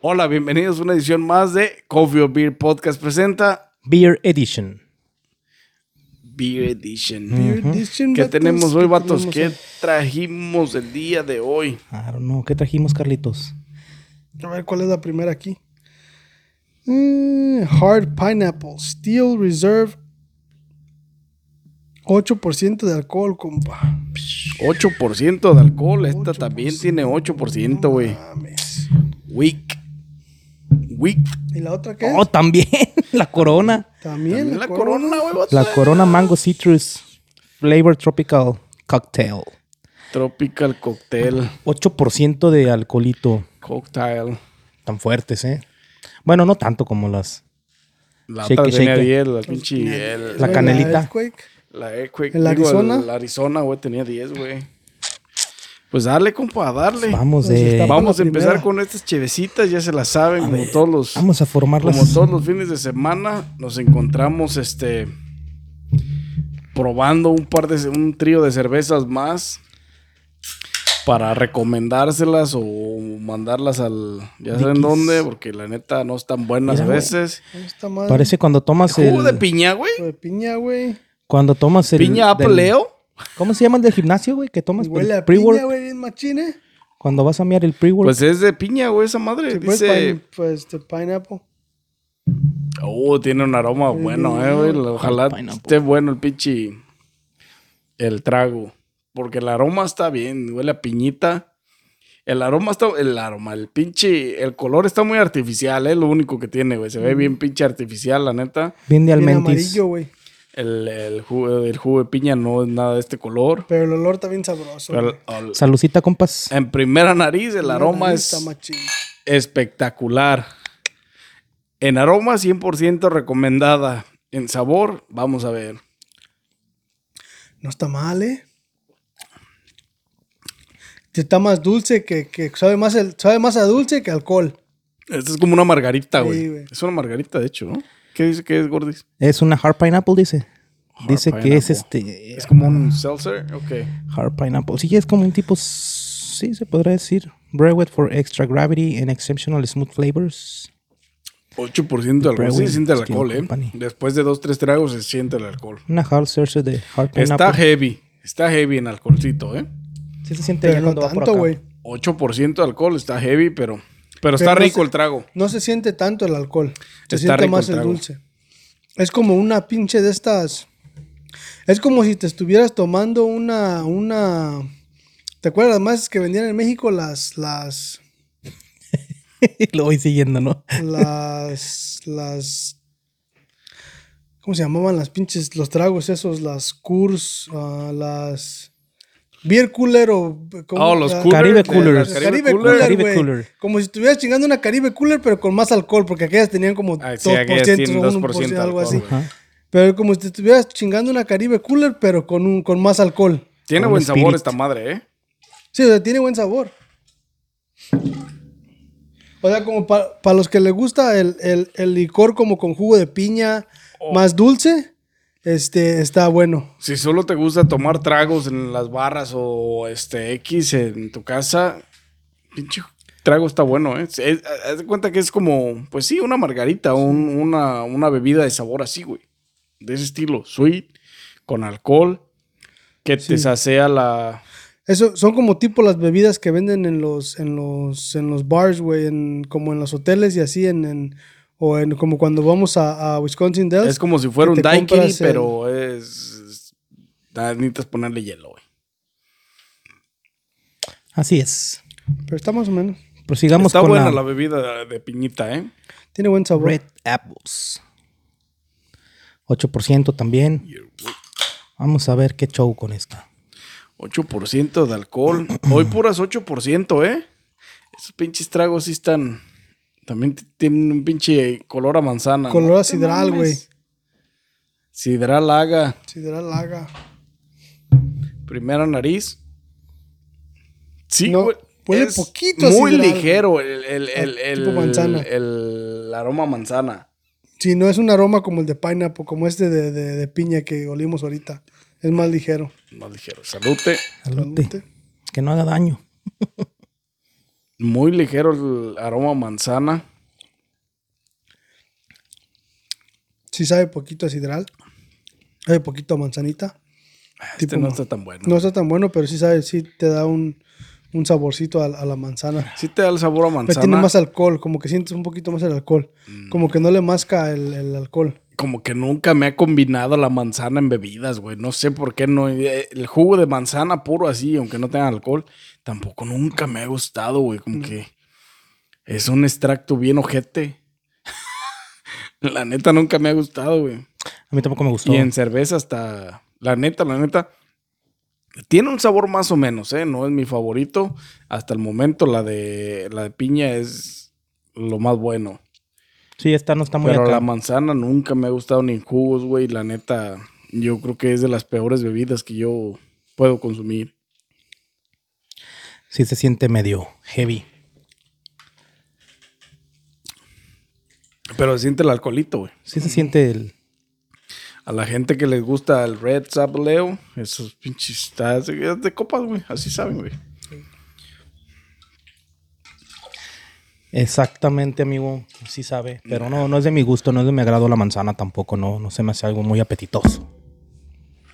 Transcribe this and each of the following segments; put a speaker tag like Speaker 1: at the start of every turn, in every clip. Speaker 1: Hola, bienvenidos a una edición más de Coffee or Beer Podcast presenta
Speaker 2: Beer Edition.
Speaker 1: Beer Edition. ¿Qué tenemos hoy, vatos? ¿Qué trajimos el día de hoy?
Speaker 2: I don't know. ¿Qué trajimos, Carlitos?
Speaker 3: A ver, ¿cuál es la primera aquí? Mm, hard Pineapple Steel Reserve. 8% de alcohol, compa.
Speaker 1: 8% de alcohol. Esta también tiene 8%, güey.
Speaker 3: Mames.
Speaker 1: Weak. Weak.
Speaker 3: ¿Y la otra qué?
Speaker 2: Oh, también. La corona.
Speaker 3: También,
Speaker 1: La corona, güey. vato.
Speaker 2: La corona mango citrus. Flavor tropical cocktail.
Speaker 1: Tropical Cocktail.
Speaker 2: 8% de alcoholito.
Speaker 1: Cocktail.
Speaker 2: Tan fuertes, ¿eh? Bueno, no tanto como las.
Speaker 1: La
Speaker 2: Shake,
Speaker 1: otra tenía
Speaker 2: shake.
Speaker 1: 10, la
Speaker 3: Pues,
Speaker 1: pinche. el-
Speaker 2: La canelita.
Speaker 3: Earthquake.
Speaker 1: La Earthquake.
Speaker 3: ¿El
Speaker 1: digo,
Speaker 3: Arizona?
Speaker 1: El, Arizona, güey, tenía 10, güey. Pues dale, compa, darle.
Speaker 2: Vamos
Speaker 3: Pues
Speaker 2: de.
Speaker 3: está-
Speaker 2: Vamos,
Speaker 1: Vamos a
Speaker 3: La primera.
Speaker 1: empezar con estas chevecitas, ya se las saben, como todos los
Speaker 2: a formarlas.
Speaker 1: como todos los fines de semana nos encontramos este probando un par de ce- un trío de cervezas más para recomendárselas o mandarlas al ya saben
Speaker 2: Dickies.
Speaker 1: dónde, porque la neta no están buenas
Speaker 2: Mira,
Speaker 1: a
Speaker 2: güey.
Speaker 1: veces.
Speaker 3: Esta madre.
Speaker 2: Parece cuando tomas
Speaker 1: Jugo de
Speaker 2: el.
Speaker 1: piña, güey.
Speaker 3: de piña, güey.
Speaker 2: Cuando tomas el.
Speaker 1: Piña
Speaker 2: del-
Speaker 1: Apple Ale.
Speaker 2: ¿Cómo se llama el del gimnasio, güey? Que tomas
Speaker 3: Y Huele a
Speaker 2: pre-work.
Speaker 3: piña, güey, bien machine.
Speaker 2: Cuando vas a mirar el pre-work.
Speaker 1: Pues es de piña, güey, esa madre.
Speaker 3: Pues,
Speaker 1: Dice,
Speaker 3: pine- pues de pineapple.
Speaker 1: oh, tiene un aroma bueno, eh, güey. Ojalá
Speaker 2: Pineapple.
Speaker 1: esté bueno el pinche el trago, porque el aroma está bien, huele a piñita. El aroma está el aroma, el pinche el color está muy artificial, eh, lo único que tiene, güey. Se ve bien pinche artificial, la neta.
Speaker 2: Bien de
Speaker 3: Bien
Speaker 2: almentis.
Speaker 3: amarillo, güey.
Speaker 1: El, el jugo, el jugo de piña no es nada de este color.
Speaker 3: Pero el olor está bien sabroso.
Speaker 1: Pero
Speaker 3: güey.
Speaker 1: al- al-
Speaker 2: Salucita, compas.
Speaker 1: en primera nariz el aroma
Speaker 3: Está
Speaker 1: es
Speaker 3: machín.
Speaker 1: espectacular. En aroma 100% recomendada. En sabor, vamos a ver.
Speaker 3: No está mal, ¿eh? Está más dulce que, que sabe más el, sabe más a dulce que alcohol.
Speaker 1: Esta es como una margarita, güey.
Speaker 3: Sí, güey.
Speaker 1: es una margarita, de hecho, ¿no? ¿Qué dice que es, Gordis?
Speaker 2: Es una hard pineapple, dice.
Speaker 1: Hard
Speaker 2: dice que es
Speaker 1: pineapple.
Speaker 2: este.
Speaker 1: Es como un seltzer. Ok.
Speaker 2: Hard pineapple. Sí, es como un tipo. Sí, se podría decir. Brewed for extra gravity and exceptional smooth flavors.
Speaker 1: 8% de alcohol. Sí,
Speaker 2: Brewing
Speaker 1: se siente el
Speaker 2: Steel
Speaker 1: alcohol, ¿eh?
Speaker 2: Company.
Speaker 1: Después de dos, tres tragos se siente el alcohol.
Speaker 2: Una hard seltzer de hard pineapple.
Speaker 1: Está heavy. Está heavy en alcoholcito, ¿eh?
Speaker 2: Sí, se siente
Speaker 3: Pero
Speaker 2: ya
Speaker 3: no
Speaker 2: cuando va por
Speaker 3: tanto,
Speaker 2: acá.
Speaker 3: güey.
Speaker 1: 8% de alcohol. Está heavy, pero... Pero está
Speaker 3: Pero no
Speaker 1: rico
Speaker 3: se-
Speaker 1: el trago.
Speaker 3: No se siente tanto el alcohol. Se
Speaker 1: Está
Speaker 3: siente
Speaker 1: rico
Speaker 3: más
Speaker 1: el
Speaker 3: el
Speaker 1: trago.
Speaker 3: dulce. Es como una pinche de estas. Es como si te estuvieras tomando una. una ¿Te acuerdas más que vendían en México las. las.
Speaker 2: Y Lo voy siguiendo, ¿no?
Speaker 3: las. las. ¿Cómo se llamaban las pinches. los tragos esos? Las Kurs, ah, las. Beer Cooler o. ¿cómo?
Speaker 1: Oh, los
Speaker 3: La-
Speaker 1: coolers.
Speaker 2: Caribe
Speaker 1: de-
Speaker 2: coolers.
Speaker 1: las
Speaker 3: Caribe, Cooler,
Speaker 1: coolers.
Speaker 2: Caribe
Speaker 3: güey.
Speaker 2: Cooler.
Speaker 3: Como si estuvieras chingando una Caribe Cooler, pero con más alcohol, porque aquellas tenían como
Speaker 1: Ah,
Speaker 3: 2%
Speaker 1: sí, aquellas tienen
Speaker 3: o
Speaker 1: 2%
Speaker 3: 1%, algo
Speaker 1: alcohol,
Speaker 3: así.
Speaker 1: güey.
Speaker 2: Ajá.
Speaker 3: Pero como si te estuvieras chingando una Caribe Cooler, pero con, un, con más alcohol.
Speaker 1: Tiene
Speaker 2: Con
Speaker 1: buen
Speaker 2: Spirit.
Speaker 1: sabor esta madre, ¿eh?
Speaker 3: Sí, o sea, tiene buen sabor. O sea, como para los que les gusta el, el- el licor como con jugo de piña
Speaker 1: Oh.
Speaker 3: más dulce, este está bueno.
Speaker 1: Si solo te gusta tomar tragos en las barras o este X en tu casa, pinche trago está bueno, ¿eh? Es- es- haz de cuenta que es como, pues sí, una margarita, un- una, una bebida de sabor así, güey. De ese estilo, sweet, con alcohol, que te sacea la...
Speaker 3: Eso son como tipo las bebidas que venden en los en los en los bars, güey, en- como en los hoteles y así en, en- o en como cuando vamos a, a Wisconsin Dells.
Speaker 1: Es como si fuera un
Speaker 3: que te
Speaker 1: daiquiri,
Speaker 3: compras el-
Speaker 1: pero es... nada, Necesitas ponerle hielo, güey.
Speaker 2: Así es.
Speaker 3: Pero está más o menos.
Speaker 2: Prosigamos
Speaker 1: Está
Speaker 2: con
Speaker 1: buena
Speaker 2: la
Speaker 1: la bebida de piñita, ¿eh?
Speaker 3: Tiene buen sabor.
Speaker 2: Red Apples. 8% también. Vamos a ver qué show con esta.
Speaker 1: 8% de alcohol. Hoy puras 8%, ¿eh? Esos pinches tragos sí están. También t- tienen un pinche color a manzana. ¿no?
Speaker 3: Color a sidral, güey.
Speaker 1: Sidral haga.
Speaker 3: Sidral laga.
Speaker 1: Primera nariz. Sí,
Speaker 3: No,
Speaker 1: güey.
Speaker 3: huele
Speaker 1: es
Speaker 3: poquito a
Speaker 1: Muy
Speaker 3: sidral. Ah,
Speaker 1: ligero el, el, el, el-
Speaker 3: Tipo manzana.
Speaker 1: el aroma a manzana.
Speaker 3: Sí, no es un aroma como el de pineapple, como este de, de- de piña que olimos ahorita. Es más ligero.
Speaker 1: Más ligero. Salute.
Speaker 2: Salute. Que no haga daño.
Speaker 1: Muy ligero el aroma a manzana.
Speaker 3: Sí sabe poquito a sidral. Sabe poquito a manzanita.
Speaker 1: Este
Speaker 3: Tipo-
Speaker 1: no está tan bueno.
Speaker 3: No está tan bueno, pero sí sabe, sí te da un, un saborcito a, a la manzana.
Speaker 1: Sí te da el sabor a
Speaker 3: Pero
Speaker 1: manzana. Mm.
Speaker 3: tiene más alcohol, como que sientes un poquito más el alcohol. Como que no le masca el, el alcohol.
Speaker 1: Como que nunca me ha combinado la manzana en bebidas, güey. No sé por qué no. eh, El jugo de manzana puro así, aunque no tenga alcohol, tampoco nunca me ha gustado, güey. Como que es un extracto bien ojete. la neta nunca me ha gustado, güey.
Speaker 2: A mí tampoco me gustó.
Speaker 1: Y en cerveza hasta, la neta, la neta, tiene un sabor más o menos, ¿eh? No es mi favorito. Hasta el momento la de, la de piña es lo más bueno.
Speaker 2: Sí, esta no está muy
Speaker 1: Pero
Speaker 2: acá.
Speaker 1: la manzana nunca me ha gustado ni en jugos, güey. La neta, yo creo que es de las peores bebidas que yo puedo consumir.
Speaker 2: Sí se siente medio heavy.
Speaker 1: Pero se siente el alcoholito, güey.
Speaker 2: Sí se siente el...
Speaker 1: A la gente que les gusta el Red Zap Leo, esos pinches tazas de de copas, güey. Así saben, güey.
Speaker 2: Exactamente, amigo. Sí sabe. Pero no, no es de mi gusto, no es de mi agrado la manzana tampoco. No, no se me hace algo muy apetitoso.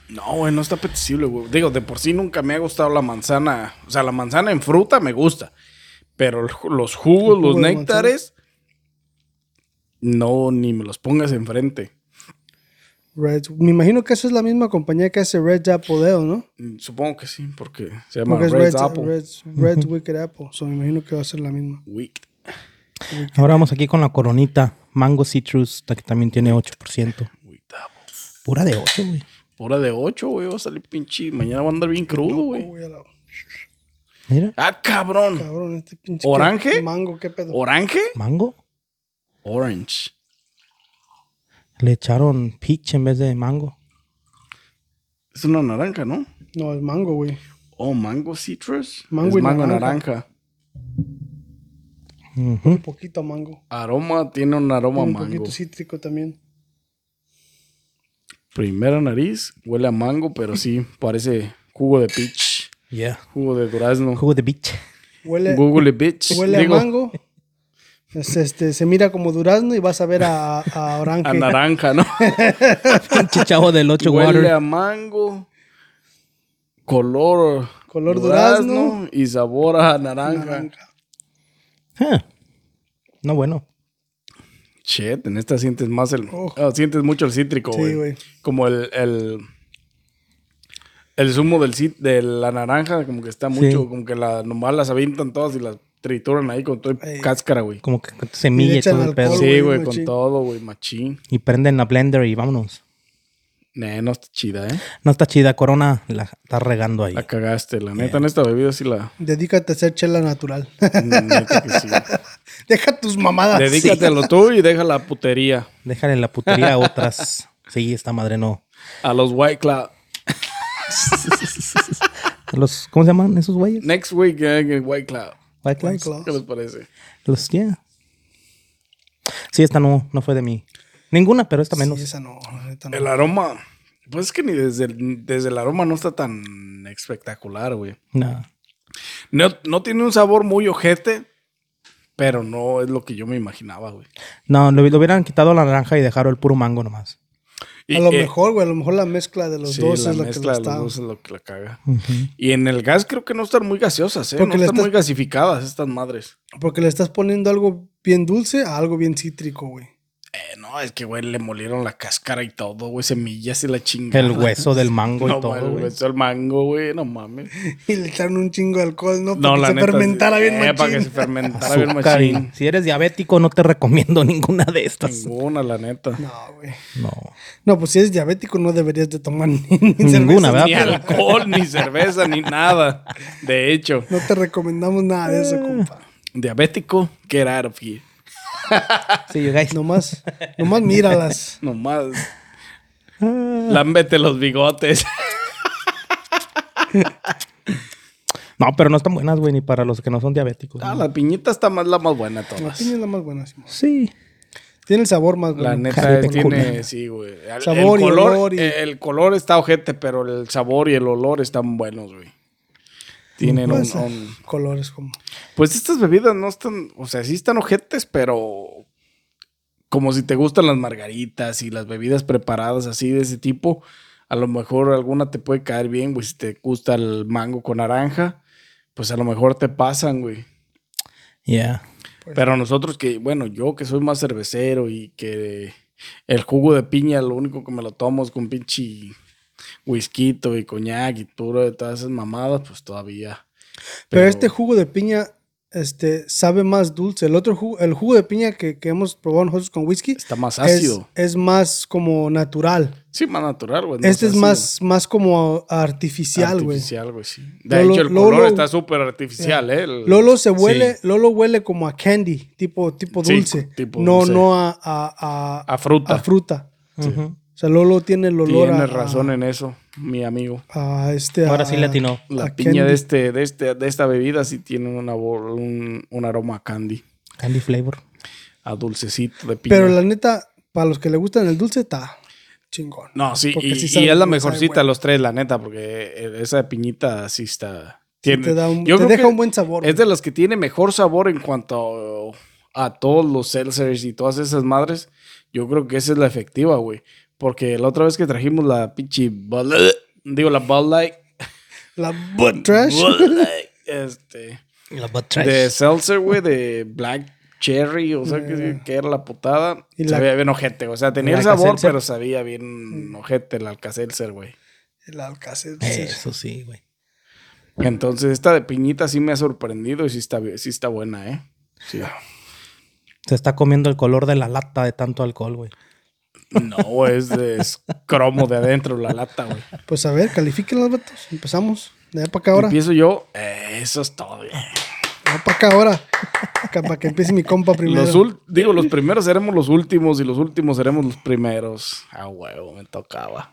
Speaker 1: No, güey, no está apetecible, güey. Digo, de por sí nunca me ha gustado la manzana. O sea, la manzana en fruta me gusta. Pero el ju- los jugos,
Speaker 3: El jugo
Speaker 1: los
Speaker 3: de
Speaker 1: néctares, no, ni me los pongas enfrente.
Speaker 3: Red. Me imagino que eso es la misma compañía que hace Red Apple Ale, ¿no?
Speaker 1: Mm, Supongo que sí, porque se llama
Speaker 3: Porque es
Speaker 1: Red,
Speaker 3: Red,
Speaker 1: Apple.
Speaker 3: Red, Red Wicked Apple. So, me imagino que va a ser la misma.
Speaker 1: Wheat.
Speaker 2: Ahora vamos aquí con la coronita. Mango Citrus, ta- que también tiene 8%.
Speaker 1: Wheat Apple.
Speaker 2: Pura de 8, güey.
Speaker 1: Hora de 8, güey. Va a salir pinche. Mañana va a andar bien crudo, güey.
Speaker 3: Uy, a la-
Speaker 2: Mira.
Speaker 1: Ah, cabrón.
Speaker 3: Cabrón, este pinche.
Speaker 1: ¿Oranje?
Speaker 3: qué- Mango, qué pedo.
Speaker 1: ¿Orange?
Speaker 2: Mango.
Speaker 1: Orange.
Speaker 2: Le echaron peach en vez de mango.
Speaker 1: Es una naranja, ¿no?
Speaker 3: No, es mango, güey.
Speaker 1: Oh, mango citrus.
Speaker 3: Mango
Speaker 1: Es
Speaker 3: y
Speaker 1: mango
Speaker 3: naranja.
Speaker 1: naranja.
Speaker 2: Ujú.
Speaker 3: Un poquito a mango.
Speaker 1: Aroma, tiene un aroma a
Speaker 3: un
Speaker 1: mango.
Speaker 3: poquito cítrico también.
Speaker 1: Primera nariz, huele a mango, pero sí, parece jugo de peach,
Speaker 2: Yeah.
Speaker 1: jugo de durazno,
Speaker 2: Jugo de peach.
Speaker 3: Huele,
Speaker 1: Google bitch.
Speaker 3: huele
Speaker 1: digo,
Speaker 3: a mango. Es, este, se mira como durazno y vas a ver a, a
Speaker 1: a
Speaker 3: oranje.
Speaker 1: naranja, ¿no?
Speaker 2: Pinche chavo del 8
Speaker 1: huele
Speaker 2: water.
Speaker 1: a mango, color,
Speaker 3: Color durazno.
Speaker 1: y sabor a naranja.
Speaker 3: Naranja.
Speaker 2: Ah. No, bueno.
Speaker 1: Chet, en esta sientes más el,
Speaker 3: Oh.
Speaker 1: ah, sientes mucho el cítrico,
Speaker 3: Sí,
Speaker 1: güey.
Speaker 3: güey.
Speaker 1: Como el, el, el zumo del, cit- de la naranja, como que está mucho, como que la, nomás las avientan todas y las trituran ahí con todo y
Speaker 3: Ey.
Speaker 1: cáscara, güey.
Speaker 2: Como que con semilla
Speaker 3: Y
Speaker 2: y
Speaker 3: echan
Speaker 2: todo el pedo.
Speaker 3: alcohol.
Speaker 1: Sí,
Speaker 3: güey,
Speaker 1: güey, con
Speaker 3: machín.
Speaker 1: todo, güey, machín.
Speaker 2: Y prenden la blender y vámonos.
Speaker 1: Nah, no está chida, ¿eh?
Speaker 2: No está chida, Corona la está regando ahí.
Speaker 1: La cagaste, la neta. En esta bebida sí la.
Speaker 3: Dedícate a hacer chela natural.
Speaker 1: neta que sí.
Speaker 3: Deja tus mamadas.
Speaker 1: Dedícate a lo tuyo y deja la putería.
Speaker 2: Déjale la putería a otras. Sí, esta madre no.
Speaker 1: A los White Cloud.
Speaker 2: Los, ¿Cómo se llaman esos güeyes?
Speaker 1: Next week, eh, en White Cloud.
Speaker 2: White
Speaker 3: White
Speaker 2: Claws.
Speaker 3: Claws.
Speaker 1: ¿Qué les parece?
Speaker 2: Los, yeah. Sí, esta no, no fue de mí. Ninguna, pero esta menos.
Speaker 3: Sí, esa no, la neta no.
Speaker 1: El aroma. Pues es que ni desde el, desde el aroma no está tan espectacular, güey.
Speaker 2: Nah.
Speaker 1: No, no tiene un sabor muy ojete, pero no es lo que yo me imaginaba, güey.
Speaker 2: No, le, le hubieran quitado la naranja y dejado el puro mango nomás.
Speaker 1: Y,
Speaker 3: a lo
Speaker 1: eh,
Speaker 3: mejor, güey, a lo mejor la mezcla de los
Speaker 1: sí,
Speaker 3: dos
Speaker 1: la
Speaker 3: es la que
Speaker 1: mezcla de
Speaker 3: la
Speaker 1: los
Speaker 3: está.
Speaker 1: dos es lo que la caga.
Speaker 2: Ujú.
Speaker 1: Y en el gas creo que no están muy gaseosas, ¿eh?
Speaker 3: Porque
Speaker 1: no
Speaker 3: le
Speaker 1: están
Speaker 3: estás-
Speaker 1: muy gasificadas estas madres.
Speaker 3: Porque le estás poniendo algo bien dulce a algo bien cítrico, güey.
Speaker 1: Eh, no, es que, güey, le molieron la cáscara y todo, güey. Semillas y la chingada.
Speaker 2: El hueso del mango
Speaker 1: No,
Speaker 2: y todo,
Speaker 1: el
Speaker 2: güey.
Speaker 1: hueso del mango, güey. No mames.
Speaker 3: Y le echaron un chingo de alcohol, ¿no? Para
Speaker 1: No,
Speaker 3: que
Speaker 1: la
Speaker 3: se
Speaker 1: neta,
Speaker 3: fermentara
Speaker 1: sí.
Speaker 3: bien
Speaker 1: Eh, Para que
Speaker 3: machín.
Speaker 1: se fermentara bien
Speaker 2: Azúcar y-
Speaker 1: machín.
Speaker 2: si eres diabético, no te recomiendo ninguna de estas.
Speaker 1: Ninguna, la neta.
Speaker 3: No, güey.
Speaker 2: No.
Speaker 3: No, pues si eres diabético no deberías de tomar ni, ni
Speaker 2: Ninguna,
Speaker 3: cerveza.
Speaker 2: ¿verdad?
Speaker 1: Ni
Speaker 2: Pero-
Speaker 1: alcohol, ni cerveza, ni nada. De hecho,
Speaker 3: No te recomendamos nada de eso, compa.
Speaker 1: diabético, get out of here.
Speaker 2: Sí, you guys.
Speaker 3: Nomás, nomás míralas.
Speaker 1: Nomás. Lámbete los bigotes.
Speaker 2: No, pero no están buenas, güey, ni para los que no son diabéticos.
Speaker 1: Ah,
Speaker 2: ¿no?
Speaker 1: la piñita está más la más buena de
Speaker 3: La
Speaker 1: todas.
Speaker 3: piña es la más buena. sí.
Speaker 2: Sí.
Speaker 3: Tiene el sabor más bueno.
Speaker 1: La neta
Speaker 2: Jale,
Speaker 1: es- tiene,
Speaker 2: culero.
Speaker 1: sí, güey. El- El,
Speaker 3: Sabor y
Speaker 1: color,
Speaker 3: olor y-
Speaker 1: eh, el color está ojete, pero el sabor y el olor están buenos, güey. Tienen
Speaker 3: Puede
Speaker 1: un-
Speaker 3: ser.
Speaker 1: un,
Speaker 3: colores como.
Speaker 1: Pues estas bebidas no están, o sea, sí están ojetes, pero como si te gustan las margaritas y las bebidas preparadas así de ese tipo, a lo mejor alguna te puede caer bien, güey, si te gusta el mango con naranja, pues a lo mejor te pasan, güey.
Speaker 2: Yeah.
Speaker 1: Pero nosotros que, bueno, yo que soy más cervecero y que el jugo de piña lo único que me lo tomo es con pinche whisky y coñac y puro de todas esas mamadas, pues todavía.
Speaker 3: Pero, este jugo de piña este, sabe más dulce. El otro jugo, el jugo de piña que, que hemos probado nosotros con whisky
Speaker 1: está más
Speaker 3: es,
Speaker 1: ácido.
Speaker 3: es más como natural.
Speaker 1: Sí, más natural, güey. no
Speaker 3: este es
Speaker 1: ácido.
Speaker 3: más, más como artificial, güey.
Speaker 1: Artificial, güey, sí. De
Speaker 3: Lolo-
Speaker 1: hecho, el
Speaker 3: Lolo-
Speaker 1: color está súper artificial, ¿eh? El-
Speaker 3: Lolo se huele,
Speaker 1: Sí,
Speaker 3: Lolo huele como a candy, tipo, tipo
Speaker 1: Sí,
Speaker 3: dulce.
Speaker 1: tipo
Speaker 3: no,
Speaker 1: dulce.
Speaker 3: no a, a, a-
Speaker 1: a fruta.
Speaker 3: a fruta.
Speaker 2: Ujú.
Speaker 3: O sea, Lolo tiene el olor
Speaker 1: Tienes
Speaker 3: a-
Speaker 1: razón en eso, mi amigo.
Speaker 3: a este.
Speaker 2: Ahora
Speaker 3: a-
Speaker 2: sí latino.
Speaker 1: La
Speaker 3: a
Speaker 1: piña
Speaker 3: candy.
Speaker 1: de, este, de, este, de esta bebida sí tiene una bo- un, un aroma a candy,
Speaker 2: Candy flavor.
Speaker 1: a dulcecito de piña.
Speaker 3: Pero la neta, para los que le gustan el dulce, está chingón.
Speaker 1: No, sí,
Speaker 3: Porque
Speaker 1: y,
Speaker 3: sí
Speaker 1: y
Speaker 3: sabe-
Speaker 1: es la
Speaker 3: sabe
Speaker 1: mejorcita
Speaker 3: bueno.
Speaker 1: de los tres, la neta, porque eh, esa piñita sí está... Tiene,
Speaker 3: Te, da un-
Speaker 1: yo
Speaker 3: te
Speaker 1: creo
Speaker 3: deja
Speaker 1: que
Speaker 3: un buen sabor.
Speaker 1: Es de las que tiene mejor sabor en cuanto a, a todos los seltzers y todas esas madres. Yo creo que esa es la efectiva, güey. Porque la otra vez que trajimos la pinche Bud Light- digo la Bud Light,
Speaker 3: La butt trash.
Speaker 1: Bud Light, este,
Speaker 2: La butt
Speaker 1: de seltzer, güey, de Black Cherry, o sea, que, que era la putada.
Speaker 3: Eh. Y la-
Speaker 1: sabía bien ojete, o sea, tenía
Speaker 2: ¿El
Speaker 1: el sabor,
Speaker 2: Alka-Seltzer?
Speaker 1: pero sabía bien ojete el Alka-Seltzer, güey.
Speaker 3: El alcácer.
Speaker 2: Eso sí, güey.
Speaker 1: Entonces, esta de piñita sí me ha sorprendido y sí está, bi- sí está buena, ¿eh? Sí.
Speaker 2: Se está comiendo el color de la lata de tanto alcohol, güey.
Speaker 1: No, es, de- es cromo de adentro la lata, güey.
Speaker 3: Pues a ver, califiquen los vatos. Empezamos. De allá para acá ahora. De
Speaker 1: Empiezo yo. Eh, eso es todo. güey.
Speaker 3: allá para acá ahora. Acá para que empiece mi compa primero.
Speaker 1: Los ul- digo, los primeros seremos los últimos y los últimos seremos los primeros. Ah, huevo, me tocaba.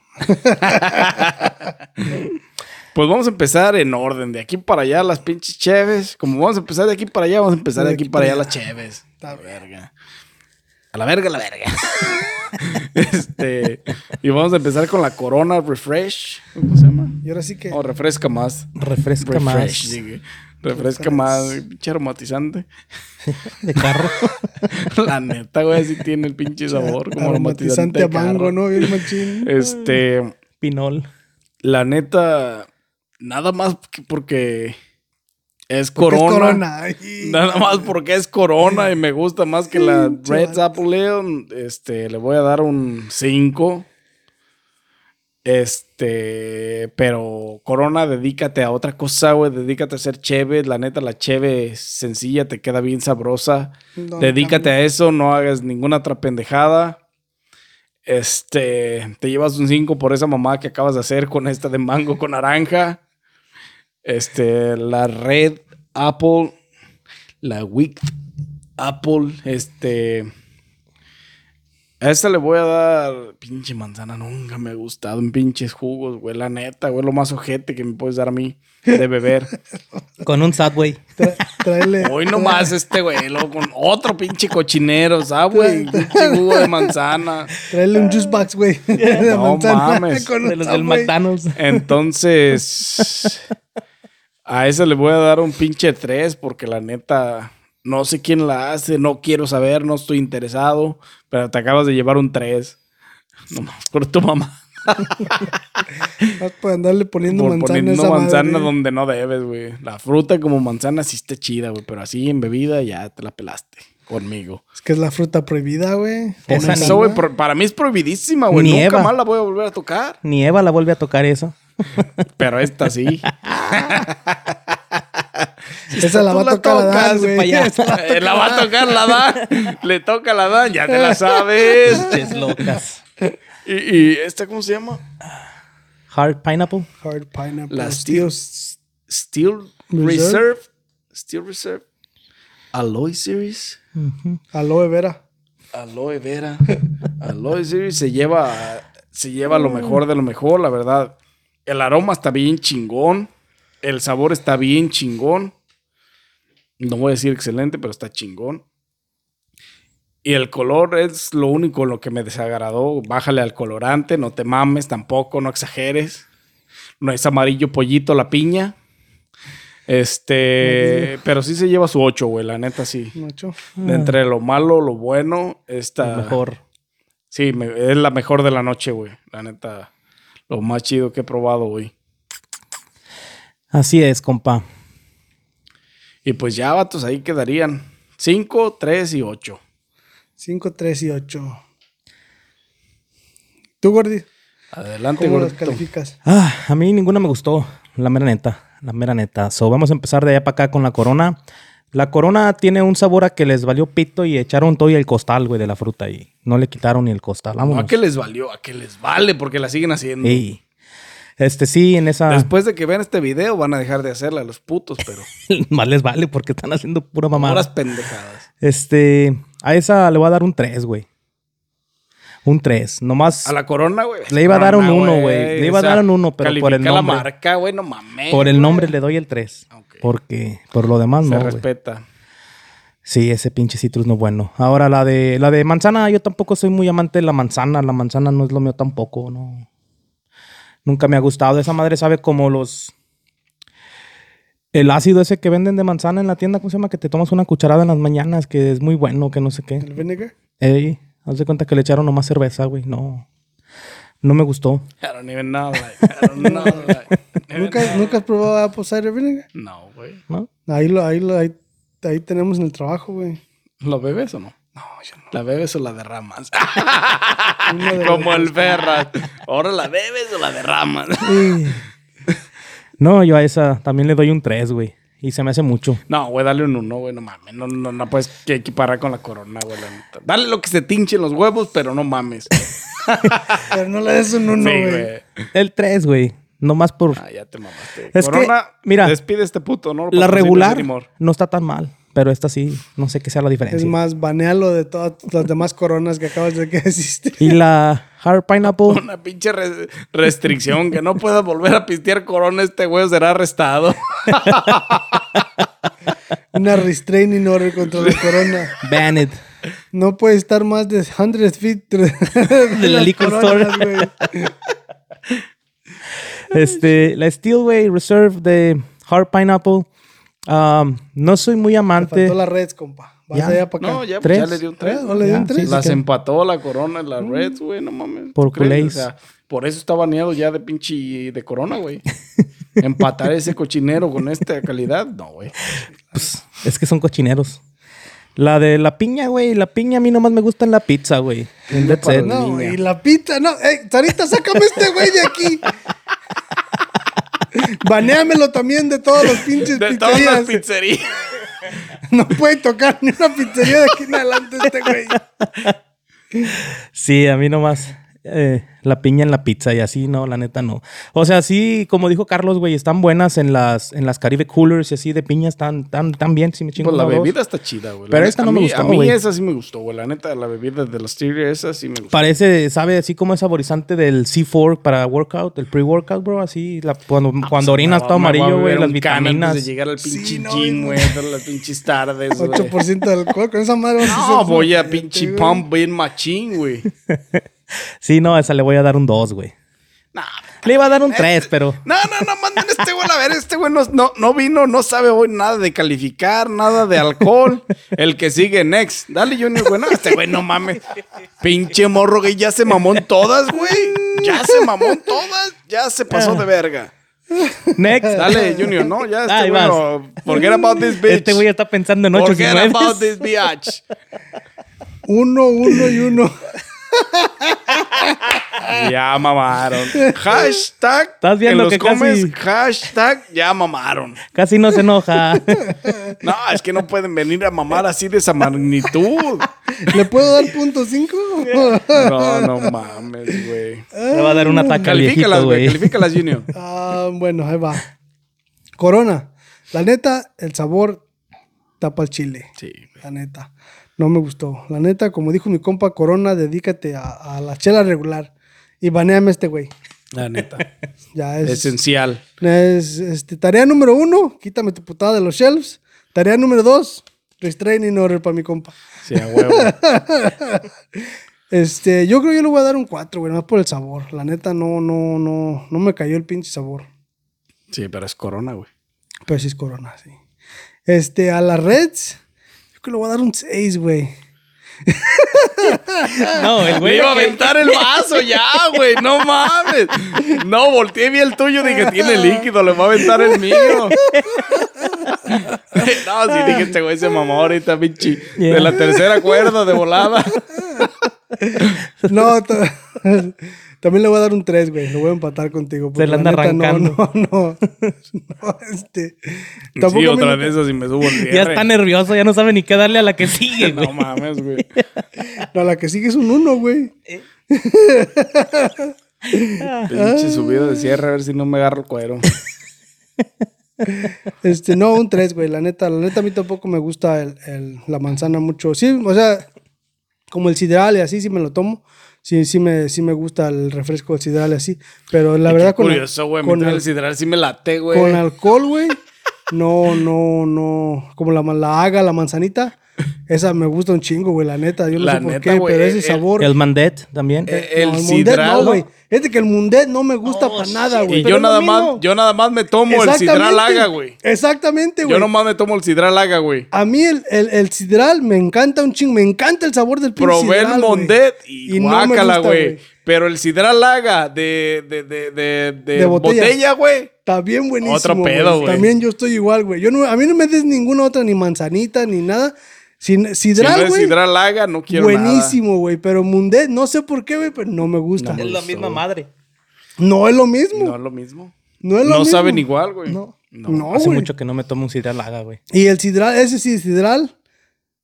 Speaker 1: pues vamos a empezar en orden. De aquí para allá las pinches cheves. Como vamos a empezar de aquí para allá, vamos a empezar de aquí para allá las cheves.
Speaker 3: Está
Speaker 1: A la verga. A la verga, a la verga. este, y vamos a empezar con la Corona Refresh. ¿Cómo se llama?
Speaker 3: Y ahora sí que.
Speaker 1: O refresca más.
Speaker 2: Refresca
Speaker 1: Refresh,
Speaker 2: más
Speaker 1: dije. Refresca más, güey, pinche aromatizante.
Speaker 2: de carro.
Speaker 1: La neta, güey, sí tiene el pinche sabor como aromatizante.
Speaker 3: aromatizante a mango,
Speaker 1: ¿no?
Speaker 3: ¿no? Bien machín.
Speaker 1: Este,
Speaker 2: Pinol.
Speaker 1: la neta, nada más que- porque es
Speaker 3: Porque es
Speaker 1: corona.
Speaker 3: corona. Ay.
Speaker 1: Nada más porque es corona y me gusta más que la Red Apple Ale. Este, le voy a dar un 5. Este, pero Corona, dedícate a otra cosa, güey. Dedícate a ser cheve. La neta, la cheve sencilla te queda bien sabrosa.
Speaker 3: No,
Speaker 1: Dedícate a
Speaker 3: cambio.
Speaker 1: eso, no hagas ninguna otra pendejada. Este, te llevas un 5 por esa mamá que acabas de hacer con esta de mango con naranja. Este, la red Apple, la Wicked Apple, este. A esta le voy a dar. Pinche manzana, nunca me ha gustado en pinches jugos, güey. La neta, güey, lo más ojete que me puedes dar a mí de beber.
Speaker 2: Con un Subway.
Speaker 3: Tra- tráele.
Speaker 1: Hoy nomás este güey, luego con otro pinche cochinero, ¿sabes, güey? Pinche jugo de manzana.
Speaker 3: Tráele un juice box, güey. De
Speaker 1: No mames.
Speaker 3: con
Speaker 2: De los del
Speaker 3: Subway.
Speaker 2: McDonald's.
Speaker 1: Entonces, a esa le voy a dar un pinche 3 porque la neta, no sé quién la hace, no quiero saber, no estoy interesado, pero te acabas de llevar un 3. Nomás por tu mamá.
Speaker 3: Vas por andarle poniendo
Speaker 1: Por
Speaker 3: manzana. a
Speaker 1: poniendo
Speaker 3: esa
Speaker 1: manzana
Speaker 3: madre.
Speaker 1: donde no debes, güey. La fruta como manzana sí está chida, güey, pero así en bebida ya te la pelaste conmigo.
Speaker 3: Es que es la fruta prohibida, güey.
Speaker 2: Esa
Speaker 3: Ponen
Speaker 2: no.
Speaker 1: Eso, güey, por- para mí es prohibidísima, güey. Nunca
Speaker 2: Nieva.
Speaker 1: más la voy a volver a tocar.
Speaker 2: Ni Eva la vuelve a tocar eso.
Speaker 1: Pero esta sí.
Speaker 3: Esa la
Speaker 1: Tú
Speaker 3: va a tocar la
Speaker 1: tocas,
Speaker 3: Dan, Ah, güey.
Speaker 2: payaso.
Speaker 3: Esa la-
Speaker 1: Eh, La va a tocar la Dan. Le toca la Dan, ya te la sabes.
Speaker 2: Ches locas.
Speaker 1: Y, y esta, ¿cómo se llama?
Speaker 2: Hard pineapple.
Speaker 3: Hard pineapple.
Speaker 1: Las
Speaker 3: tíos.
Speaker 1: Steel
Speaker 3: Reserve.
Speaker 1: Reserve. Steel Reserve. Aloe Series.
Speaker 3: Aloe vera.
Speaker 1: Aloe Vera. Aloe Series se lleva, se lleva lo mejor de lo mejor, la verdad. El aroma está bien chingón. El sabor está bien chingón. No voy a decir excelente, pero está chingón. Y el color es lo único en lo que me desagradó. Bájale al colorante, no te mames tampoco, no exageres. No es amarillo pollito la piña. Este, pero sí se lleva su 8, güey, la neta sí.
Speaker 3: Nacho.
Speaker 1: De entre lo malo, lo bueno,
Speaker 3: Ah.
Speaker 1: esta.
Speaker 2: Mm. Mejor.
Speaker 1: Sí, me- es la mejor de la noche, güey. La neta, lo más chido que he probado, güey.
Speaker 2: Así es, compa.
Speaker 1: Y pues ya, vatos, ahí quedarían 5, 3 y 8.
Speaker 3: 5, 3 y 8. ¿Tú, Gordy?
Speaker 1: Adelante,
Speaker 3: ¿Cómo las
Speaker 1: gordito.
Speaker 3: calificas?
Speaker 2: Ah, a mí ninguna me gustó, la mera neta, la mera neta. So, vamos a empezar de allá para acá con la corona. La corona tiene un sabor a que les valió pito y echaron todo y el costal, güey, de la fruta y no le quitaron ni el costal.
Speaker 1: No,
Speaker 2: Vámonos.
Speaker 1: ¿A qué les valió? ¿A qué les vale? Porque la siguen haciendo.
Speaker 2: Ey. Este sí, en esa
Speaker 1: Después de que vean este video, van a dejar de hacerla, los putos, pero.
Speaker 2: pues, más les vale porque están haciendo pura mamada.
Speaker 1: Puras pendejadas.
Speaker 2: Este, a esa le voy a dar un 3, güey. Un 3, nomás
Speaker 1: A la corona, güey.
Speaker 2: Le iba a dar un
Speaker 1: Corona,
Speaker 2: uno, güey. Le iba a dar un uno, pero por el
Speaker 1: califica
Speaker 2: nombre.
Speaker 1: la marca, güey, no mames.
Speaker 2: por el
Speaker 1: güey.
Speaker 2: nombre le doy el 3.
Speaker 1: Ok.
Speaker 2: Porque por lo demás
Speaker 1: Se
Speaker 2: no, güey.
Speaker 1: respeta.
Speaker 2: Sí, ese pinche citrus no es bueno. Ahora la de la de manzana, yo tampoco soy muy amante de la manzana, la manzana no es lo mío tampoco, no. Nunca me ha gustado, esa madre sabe como los el ácido ese que venden de manzana en la tienda, ¿cómo se llama? Que te tomas una cucharada en las mañanas, que es muy bueno, que no sé qué.
Speaker 3: ¿El vinegar?
Speaker 2: Ey, haz de cuenta que le echaron nomás cerveza, güey. No. No me gustó.
Speaker 1: I don't even know, like, I don't know, like, I don't
Speaker 3: ¿Nunca,
Speaker 1: know.
Speaker 3: ¿Nunca has probado apple cider vinegar?
Speaker 1: No, güey.
Speaker 2: ¿no?
Speaker 3: Ahí, lo, ahí, lo, ahí, ahí tenemos en el trabajo, güey.
Speaker 1: ¿Lo bebes o no? No, yo no. ¿La bebes o la derramas?
Speaker 3: Uno de-
Speaker 1: Como el Ferras. Ahora la bebes o la derramas.
Speaker 2: No, yo a esa también le doy un 3, güey. Y se me hace mucho.
Speaker 1: No, güey, dale un uno, güey, no mames. No, no, no puedes que equiparar con la corona, güey. la neta. Dale lo que se tinchen los huevos, pero no mames. Sí,
Speaker 3: Pero no le des un uno, güey.
Speaker 1: güey.
Speaker 2: El 3, güey. Nomás por
Speaker 1: Ah, ya te mamaste.
Speaker 2: Es que,
Speaker 1: corona,
Speaker 2: mira,
Speaker 1: despide este puto, ¿no?
Speaker 2: la
Speaker 1: Patrocinios
Speaker 2: regular.
Speaker 1: anymore.
Speaker 2: No está tan mal. Pero esta sí, no sé qué sea la diferencia.
Speaker 3: Es más, banealo de todas las demás coronas que acabas de que hiciste.
Speaker 2: Y la Hard Pineapple.
Speaker 1: Una pinche re- restricción que no puedas volver a pistear corona, este güey será arrestado.
Speaker 3: Una restraining order contra la corona.
Speaker 2: Banned.
Speaker 3: No puede estar más de 100 feet de,
Speaker 2: De la
Speaker 3: las
Speaker 2: liquor
Speaker 3: coronas,
Speaker 2: store.
Speaker 3: güey.
Speaker 2: Este, la Steelway Reserve de Hard Pineapple. um, no soy muy amante.
Speaker 3: Faltó las reds, compa. Vas
Speaker 2: Ya.
Speaker 3: allá para acá.
Speaker 1: No, ya,
Speaker 2: Tres.
Speaker 1: ya le dio un tres. Mm.
Speaker 3: ¿Eh? ¿No le di
Speaker 2: Ya,
Speaker 3: un tres?
Speaker 2: sí, sí.
Speaker 1: Las
Speaker 2: que-
Speaker 1: empató la corona, las Reds, güey, no mames.
Speaker 2: Por
Speaker 1: ¿Tú crees?
Speaker 2: culés.
Speaker 1: O sea, por eso está baneado ya de pinche de corona, güey. Empatar ese cochinero con esta calidad, no, güey.
Speaker 2: Pues, es que son cochineros. La de la piña, güey. La piña a mí nomás me gusta en la pizza, güey. And that's it.
Speaker 3: No, y la pita, no. Ey, Sarita, sácame este güey de aquí. Baneamelo también de todos los pinches
Speaker 1: De todas
Speaker 3: pizzerías.
Speaker 1: las pizzerías.
Speaker 3: no puede tocar ni una pizzería de aquí en adelante este güey.
Speaker 2: Sí, a mí nomás. eh, la piña en la pizza y así, no, la neta no. O sea, sí, como dijo Carlos, güey, están buenas en las, en las Caribe Coolers y así de piña están tan, tan bien, si me chingo.
Speaker 1: Pues la
Speaker 2: uno o dos.
Speaker 1: bebida está chida, güey. La
Speaker 2: Pero
Speaker 1: neta,
Speaker 2: esta
Speaker 1: a
Speaker 2: no me
Speaker 1: mí-
Speaker 2: gustó,
Speaker 1: A mí
Speaker 2: güey.
Speaker 1: esa sí me gustó, güey. La neta, la bebida de la Styria, esa sí me gustó.
Speaker 2: Parece, sabe, así como esa saborizante del C4 para workout, el pre-workout, bro, así, la- cuando, cuando orinas todo
Speaker 1: Ah, Me voy a
Speaker 2: amarillo, güey,
Speaker 1: beber
Speaker 2: las
Speaker 1: un can
Speaker 2: vitaminas.
Speaker 1: Antes de llegar al pinche
Speaker 3: Sí, no,
Speaker 1: gym,
Speaker 3: no.
Speaker 1: güey. todas Las pinches tardes, güey.
Speaker 3: 8% de alcohol. Con esa madre vas a
Speaker 1: No,
Speaker 3: hacer-
Speaker 1: voy a pinche
Speaker 3: güey.
Speaker 1: pump bien machín, güey.
Speaker 2: Sí, no, a esa le voy a dar un 2, güey.
Speaker 1: Nah,
Speaker 2: Le iba a dar un 3, pero...
Speaker 1: No, no, no, manden a este güey a ver. Este güey no, no, no vino, no sabe hoy nada de calificar, nada de alcohol. El que sigue, next. Dale, Junior, güey. No, este güey no mames. Pinche morro, güey. Ya se mamó en todas, güey. Ya se mamó en todas. Ya se
Speaker 2: Ah.
Speaker 1: pasó de verga.
Speaker 2: Next.
Speaker 1: Dale, Junior, no, ya este
Speaker 2: Ahí
Speaker 1: güey.
Speaker 2: vas.
Speaker 1: no. Forget about this bitch.
Speaker 2: Este güey está pensando en 8
Speaker 1: Forget about this bitch.
Speaker 3: Uno, uno y uno.
Speaker 1: Ya mamaron. Hashtag.
Speaker 2: ¿Estás viendo
Speaker 1: en los
Speaker 2: que
Speaker 1: comes,
Speaker 2: casi-
Speaker 1: hashtag. Ya mamaron.
Speaker 2: Casi no se enoja.
Speaker 1: No, es que no pueden venir a mamar así de esa magnitud.
Speaker 3: ¿Le puedo dar punto cinco?
Speaker 1: No, no mames, güey.
Speaker 2: Le va a dar un ataque al
Speaker 1: Califícalas,
Speaker 2: viejito,
Speaker 1: güey.
Speaker 2: güey.
Speaker 1: Califícalas, Junior.
Speaker 3: Ah, bueno, ahí va. Corona. La neta, el sabor tapa el chile.
Speaker 1: Sí.
Speaker 3: La neta. No me gustó. La neta, como dijo mi compa Corona, dedícate a, a la chela regular. Y baneame este güey.
Speaker 1: La neta.
Speaker 3: Ya es, es,
Speaker 1: Esencial.
Speaker 3: este, tarea número uno, quítame tu putada de los shelves. Tarea número dos, restraining order para mi compa.
Speaker 1: Sí, a huevo.
Speaker 3: Este, yo creo que yo le voy a dar un 4, güey, más por el sabor. La neta, no, no, no, no me cayó el pinche sabor.
Speaker 1: Sí, pero es corona, güey.
Speaker 3: Pero sí es Corona, sí. Este, a las Reds, yo creo que le voy a dar un 6, güey.
Speaker 2: No, el
Speaker 1: Me
Speaker 2: güey.
Speaker 1: iba a aventar el vaso ya, güey. No mames. No, volteé vi el tuyo. Dije, tiene líquido, le va a aventar el mío. No, sí, dije, este güey se mamó ahorita, pinche. De la tercera cuerda de volada.
Speaker 3: No, ta- también le voy a dar un 3, güey. Lo voy a empatar contigo. porque
Speaker 2: Se la anda
Speaker 3: neta, no,
Speaker 2: arrancando.
Speaker 3: No, no, no. este, tampoco
Speaker 1: Sí,
Speaker 3: a mí
Speaker 1: otra
Speaker 3: no-
Speaker 1: de esas y me subo al cierre.
Speaker 2: Ya está nervioso, ya no sabe ni qué darle a la que sigue, güey.
Speaker 1: No mames, güey.
Speaker 3: No, la que sigue es un 1, güey.
Speaker 1: Pinche subida de cierre, a ver si no me agarro el cuero.
Speaker 3: Este, no, un 3, güey. La neta, la neta a mí tampoco me gusta el, el- la manzana mucho. Sí, o sea, como el sidral y así, sí me lo tomo. Sí, sí me, sí me gusta el refresco del sidral y así. Pero la verdad con,
Speaker 1: Curioso, güey.
Speaker 3: con,
Speaker 1: Con el
Speaker 3: al-
Speaker 1: sidral sí me late, güey.
Speaker 3: con alcohol, güey. No, no, no. Como la, la haga, la manzanita. Esa me gusta un chingo, güey, la neta. Yo no
Speaker 1: La
Speaker 3: sé por
Speaker 1: neta,
Speaker 3: qué,
Speaker 1: güey,
Speaker 3: pero
Speaker 1: el-
Speaker 3: ese
Speaker 1: el-
Speaker 3: sabor.
Speaker 2: El Mandet también.
Speaker 1: Eh,
Speaker 3: no,
Speaker 1: el
Speaker 3: Mundet
Speaker 1: sidral,
Speaker 3: no,
Speaker 1: ¿no?
Speaker 3: güey. Es de que el mundet no me gusta
Speaker 2: Oh,
Speaker 3: para nada, güey.
Speaker 1: Y
Speaker 3: Pero
Speaker 1: yo
Speaker 3: es lo
Speaker 1: nada, más,
Speaker 3: mismo.
Speaker 1: yo nada más me tomo el sidral
Speaker 3: Exactamente.
Speaker 1: haga, güey.
Speaker 3: Exactamente, güey.
Speaker 1: Yo nomás me tomo el sidral haga, güey.
Speaker 3: A mí el, el, el sidral me encanta un chingo, me encanta el sabor del pinche
Speaker 1: Probé
Speaker 3: sidral,
Speaker 1: el
Speaker 3: güey.
Speaker 1: Mondet y,
Speaker 3: Y no me
Speaker 1: guácala,
Speaker 3: gusta,
Speaker 1: güey.
Speaker 3: güey.
Speaker 1: Pero el sidral haga de, de, de, de, de
Speaker 3: De botella.
Speaker 1: botella, güey.
Speaker 3: Está bien buenísimo.
Speaker 1: Otro pedo, güey.
Speaker 3: También yo estoy igual, güey. Yo no, a mí no me des ninguna otra, ni manzanita, ni nada. Sin,
Speaker 1: Si no
Speaker 3: sidral,
Speaker 1: es
Speaker 3: güey.
Speaker 1: sidral haga, no quiero nada.
Speaker 3: buenísimo, güey. Pero Mundet, no sé por qué, güey, pero no me gusta.
Speaker 2: es la misma madre.
Speaker 3: No es lo mismo.
Speaker 1: No
Speaker 3: No,
Speaker 1: es lo mismo.
Speaker 3: es lo
Speaker 1: No
Speaker 3: mismo.
Speaker 1: saben igual, güey.
Speaker 3: No, no,
Speaker 2: Hace
Speaker 3: güey.
Speaker 2: mucho que no me tomo un sidral haga, güey.
Speaker 3: Y el sidral, ese sí, sidral,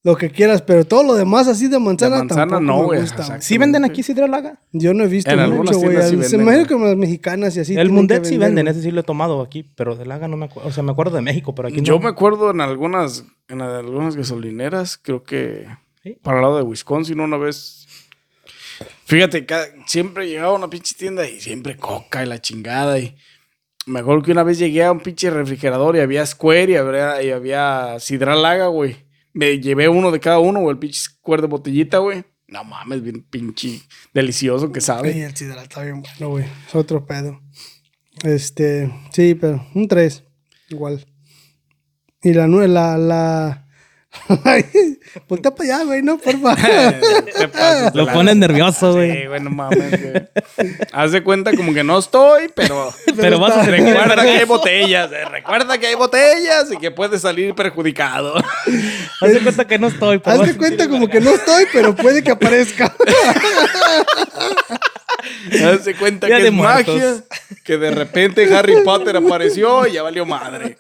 Speaker 3: lo que quieras, pero todo lo demás así de manzana,
Speaker 1: De manzana
Speaker 3: tampoco
Speaker 1: no,
Speaker 3: me
Speaker 1: güey,
Speaker 3: gusta,
Speaker 1: exacto.
Speaker 2: ¿Sí venden aquí sidral haga?
Speaker 3: Yo no he visto
Speaker 1: En algunas
Speaker 3: mucho, güey.
Speaker 1: tiendas sí
Speaker 3: Se
Speaker 1: venden,
Speaker 3: me imagino
Speaker 1: güey.
Speaker 3: que las mexicanas y así.
Speaker 2: el
Speaker 3: tienen
Speaker 2: Mundet
Speaker 3: que
Speaker 2: sí
Speaker 3: vender,
Speaker 2: venden,
Speaker 3: güey.
Speaker 2: ese sí lo he tomado aquí, pero del haga no me acuerdo. O sea, me acuerdo de México, pero aquí
Speaker 1: Yo
Speaker 2: no.
Speaker 1: me acuerdo en algunas, en algunas gasolineras, creo que
Speaker 2: Sí.
Speaker 1: para el lado de Wisconsin una vez. Fíjate, ca- siempre llegaba a una pinche tienda y siempre coca y la chingada. Y me acuerdo que una vez llegué a un pinche refrigerador y había Square y había, y había Sidralaga, güey. Me llevé uno de cada uno, güey, el pinche Square de botellita, güey. No mames, bien pinche delicioso que sabe.
Speaker 3: Ay, el sidral está bien bueno, güey. Es otro pedo. Este, sí, pero un 3. Igual. Y la nue- la, la. Ay, Voltea para allá, güey, no, porfa.
Speaker 1: Te pasas de
Speaker 2: Lo
Speaker 1: lanza.
Speaker 2: pones nervioso, güey.
Speaker 1: Sí, güey, no mames, güey. Haz de cuenta como que no estoy, pero...
Speaker 2: Pero vas a tener que
Speaker 1: Recuerda que hay
Speaker 2: ver-
Speaker 1: botellas, eh, recuerda que hay botellas y que puedes salir perjudicado.
Speaker 2: Haz de cuenta que no estoy. pero vas
Speaker 3: Hazte
Speaker 2: a
Speaker 3: cuenta
Speaker 2: sentir-
Speaker 3: como que no estoy, pero puede que aparezca.
Speaker 1: Hace cuenta
Speaker 2: Día
Speaker 1: que
Speaker 2: de
Speaker 1: es
Speaker 2: muertos.
Speaker 1: magia, que de repente Harry Potter apareció y ya valió madre.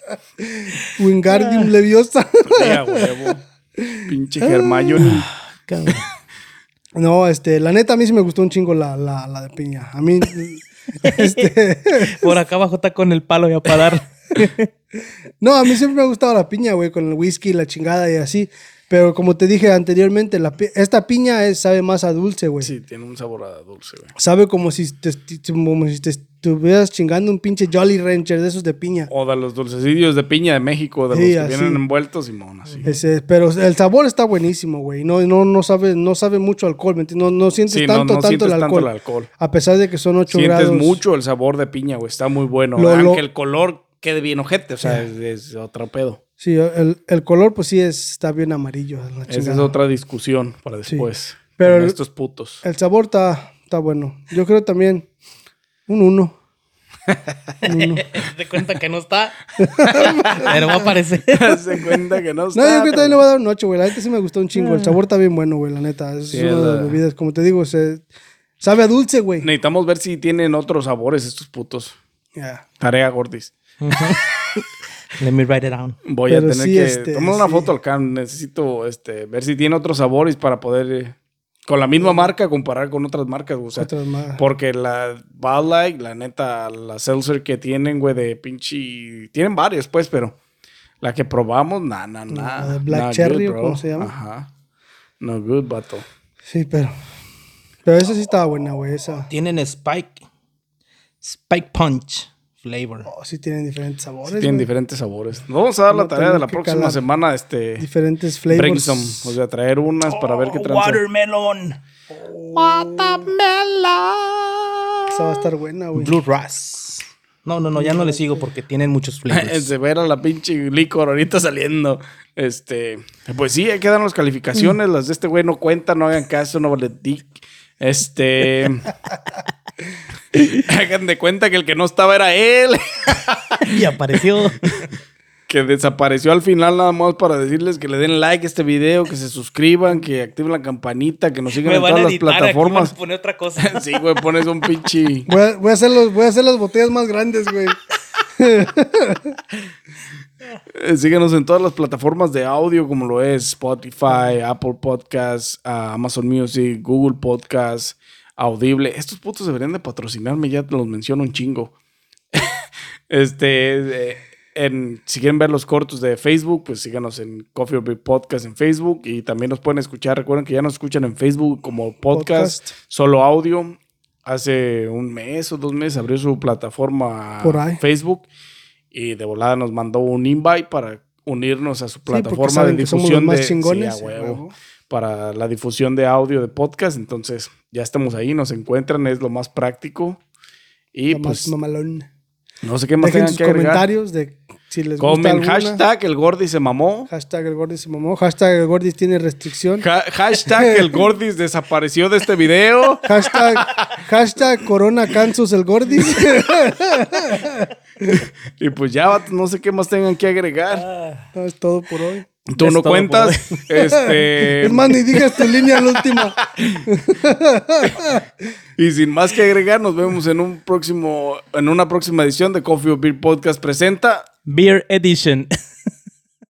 Speaker 3: Wingardium Leviosa.
Speaker 1: Mira, huevo. Pinche Hermione.
Speaker 2: Cabrón.
Speaker 3: No, este, la neta a mí sí me gustó un chingo la, la, la de piña. A mí, este,
Speaker 2: Por acá abajo está con el palo ya para dar.
Speaker 3: no, a mí siempre me ha gustado la piña, güey, con el whisky, la chingada y así. Pero como te dije anteriormente, la pi- esta piña es- sabe más a dulce, güey.
Speaker 1: Sí, tiene un sabor a dulce, güey.
Speaker 3: Sabe como si, te, como si te estuvieras chingando un pinche Jolly Rancher de esos de piña.
Speaker 1: O de los dulcecillos de piña de México, de
Speaker 3: Sí,
Speaker 1: los que
Speaker 3: así.
Speaker 1: vienen envueltos y monas. sí.
Speaker 3: Ese, pero el sabor está buenísimo, güey. No, no, no, sabe, no sabe mucho alcohol, ¿me entiendes? No, no sientes
Speaker 1: Sí, no-
Speaker 3: tanto,
Speaker 1: no
Speaker 3: tanto,
Speaker 1: sientes
Speaker 3: el
Speaker 1: tanto
Speaker 3: alcohol,
Speaker 1: el alcohol.
Speaker 3: A pesar de que son 8
Speaker 1: Sientes
Speaker 3: grados.
Speaker 1: mucho el sabor de piña, güey. Está muy bueno.
Speaker 3: Lo-
Speaker 1: Aunque
Speaker 3: lo-
Speaker 1: el color quede bien ojete, o sea, es, es otro pedo.
Speaker 3: Sí, el, el color, pues sí, es, está bien amarillo. la
Speaker 1: Esa es
Speaker 3: chingada.
Speaker 1: otra discusión para
Speaker 3: Sí.
Speaker 1: después.
Speaker 3: Pero
Speaker 1: con
Speaker 3: el-
Speaker 1: estos putos.
Speaker 3: El sabor está, está bueno. Yo creo también un 1.
Speaker 2: Haz de cuenta que no está. Pero va a aparecer.
Speaker 1: Hace cuenta que no
Speaker 3: No,
Speaker 1: está.
Speaker 3: yo creo que también le voy a dar un 8, güey. La neta sí me gustó un chingo. El sabor está bien bueno, güey, la neta. Es
Speaker 1: Sí,
Speaker 3: una
Speaker 1: es
Speaker 3: de
Speaker 1: la-
Speaker 3: las bebidas, como te digo, se... sabe a dulce, güey.
Speaker 1: Necesitamos ver si tienen otros sabores estos putos.
Speaker 3: Ya.
Speaker 1: Tarea gordis.
Speaker 2: Let me write it down.
Speaker 1: Voy a
Speaker 3: Pero
Speaker 1: tener
Speaker 3: sí,
Speaker 1: que
Speaker 3: este,
Speaker 1: tomar una
Speaker 3: sí.
Speaker 1: foto al can. Necesito este, ver si tiene otros sabores para poder eh, con la misma marca comparar con otras marcas. O sea,
Speaker 3: Otras más.
Speaker 1: porque la Bud Light, la neta, la Seltzer que tienen, güey, de pinche. Tienen varios, pues, pero la que probamos, nah, nah, nah.
Speaker 3: La de Black
Speaker 1: Not
Speaker 3: Cherry,
Speaker 1: good,
Speaker 3: ¿o
Speaker 1: bro.
Speaker 3: cómo se llama?
Speaker 1: Ajá. No good, vato.
Speaker 3: Sí, pero. Pero esa sí estaba buena, güey. Esa.
Speaker 2: Tienen Spike. Spike Punch flavor.
Speaker 3: Oh, sí tienen diferentes sabores.
Speaker 1: Tienen
Speaker 3: güey.
Speaker 1: diferentes sabores. Nos vamos a dar
Speaker 3: No
Speaker 1: la tarea de
Speaker 3: tengo
Speaker 1: la
Speaker 3: que
Speaker 1: próxima
Speaker 3: calar.
Speaker 1: semana, este.
Speaker 3: diferentes flavors.
Speaker 1: Bring some, o sea, traer unas para ver qué
Speaker 2: Oh,
Speaker 1: tranza.
Speaker 2: Watermelon.
Speaker 3: Esa va a estar buena, güey.
Speaker 2: Blue Ras. No, no, no, ya no le sigo porque tienen muchos
Speaker 1: Es
Speaker 2: flavors.
Speaker 1: de ver a la pinche licor ahorita saliendo. Este, pues sí, hay que darnos calificaciones. Las de este güey no cuentan, no hagan caso, no vale dick. Este. hagan de cuenta que el que no estaba era él.
Speaker 2: y apareció.
Speaker 1: que desapareció al final nada más para decirles que le den like a este video, que se suscriban, que activen la campanita, que nos sigan
Speaker 4: Me
Speaker 1: en
Speaker 4: van
Speaker 1: todas
Speaker 4: a
Speaker 1: las
Speaker 4: editar, aquí van
Speaker 1: plataformas.
Speaker 4: a poner otra cosa.
Speaker 1: sí, güey, pones un pinche.
Speaker 3: Voy a, voy a hacer los, voy a hacer las botellas más grandes, güey.
Speaker 1: Eh, Síguenos en todas las plataformas de audio como lo es Spotify, Apple Podcasts, ah, Amazon Music, Google Podcasts, Audible. Estos putos deberían de patrocinarme, ya te los menciono un chingo. este, eh, en, si quieren ver los cortos de Facebook, pues síganos en Coffee or Beer Podcast en Facebook y también nos pueden escuchar. Recuerden que ya nos escuchan en Facebook como podcast,
Speaker 3: Podcast.
Speaker 1: solo audio. Hace un mes o dos meses abrió su plataforma
Speaker 3: Por ahí.
Speaker 1: Facebook y de volada nos mandó un invite para unirnos a su
Speaker 3: porque
Speaker 1: plataforma de
Speaker 3: saben que somos los
Speaker 1: difusión
Speaker 3: más
Speaker 1: de
Speaker 3: chingones,
Speaker 1: sí, a
Speaker 3: a
Speaker 1: huevo,
Speaker 3: huevo.
Speaker 1: para la difusión de audio de podcast, entonces ya estamos ahí, nos encuentran, es lo más práctico y
Speaker 3: Lo más
Speaker 1: pues
Speaker 3: mamalón.
Speaker 1: no sé qué más
Speaker 3: Dejen
Speaker 1: tengan
Speaker 3: sus
Speaker 1: que agregar.
Speaker 3: comentarios de si les gusta
Speaker 1: Comen
Speaker 3: alguna.
Speaker 1: hashtag el Gordis se mamó.
Speaker 3: Hashtag el Gordis se mamó. Hashtag el Gordis tiene restricción.
Speaker 1: Ja- hashtag el Gordis desapareció de este video.
Speaker 3: Hashtag, hashtag Corona Cansus el Gordis.
Speaker 1: Y pues ya vato, no sé qué más tengan que agregar.
Speaker 3: No, es Ah, todo por hoy.
Speaker 1: Tú
Speaker 2: es
Speaker 1: no
Speaker 2: todo por
Speaker 1: cuentas. Este,
Speaker 3: Es más, ni digas tu línea la última.
Speaker 1: Y sin más que agregar, nos vemos en un próximo, en una próxima edición de Coffee or Beer Podcast presenta
Speaker 2: Beer Edition.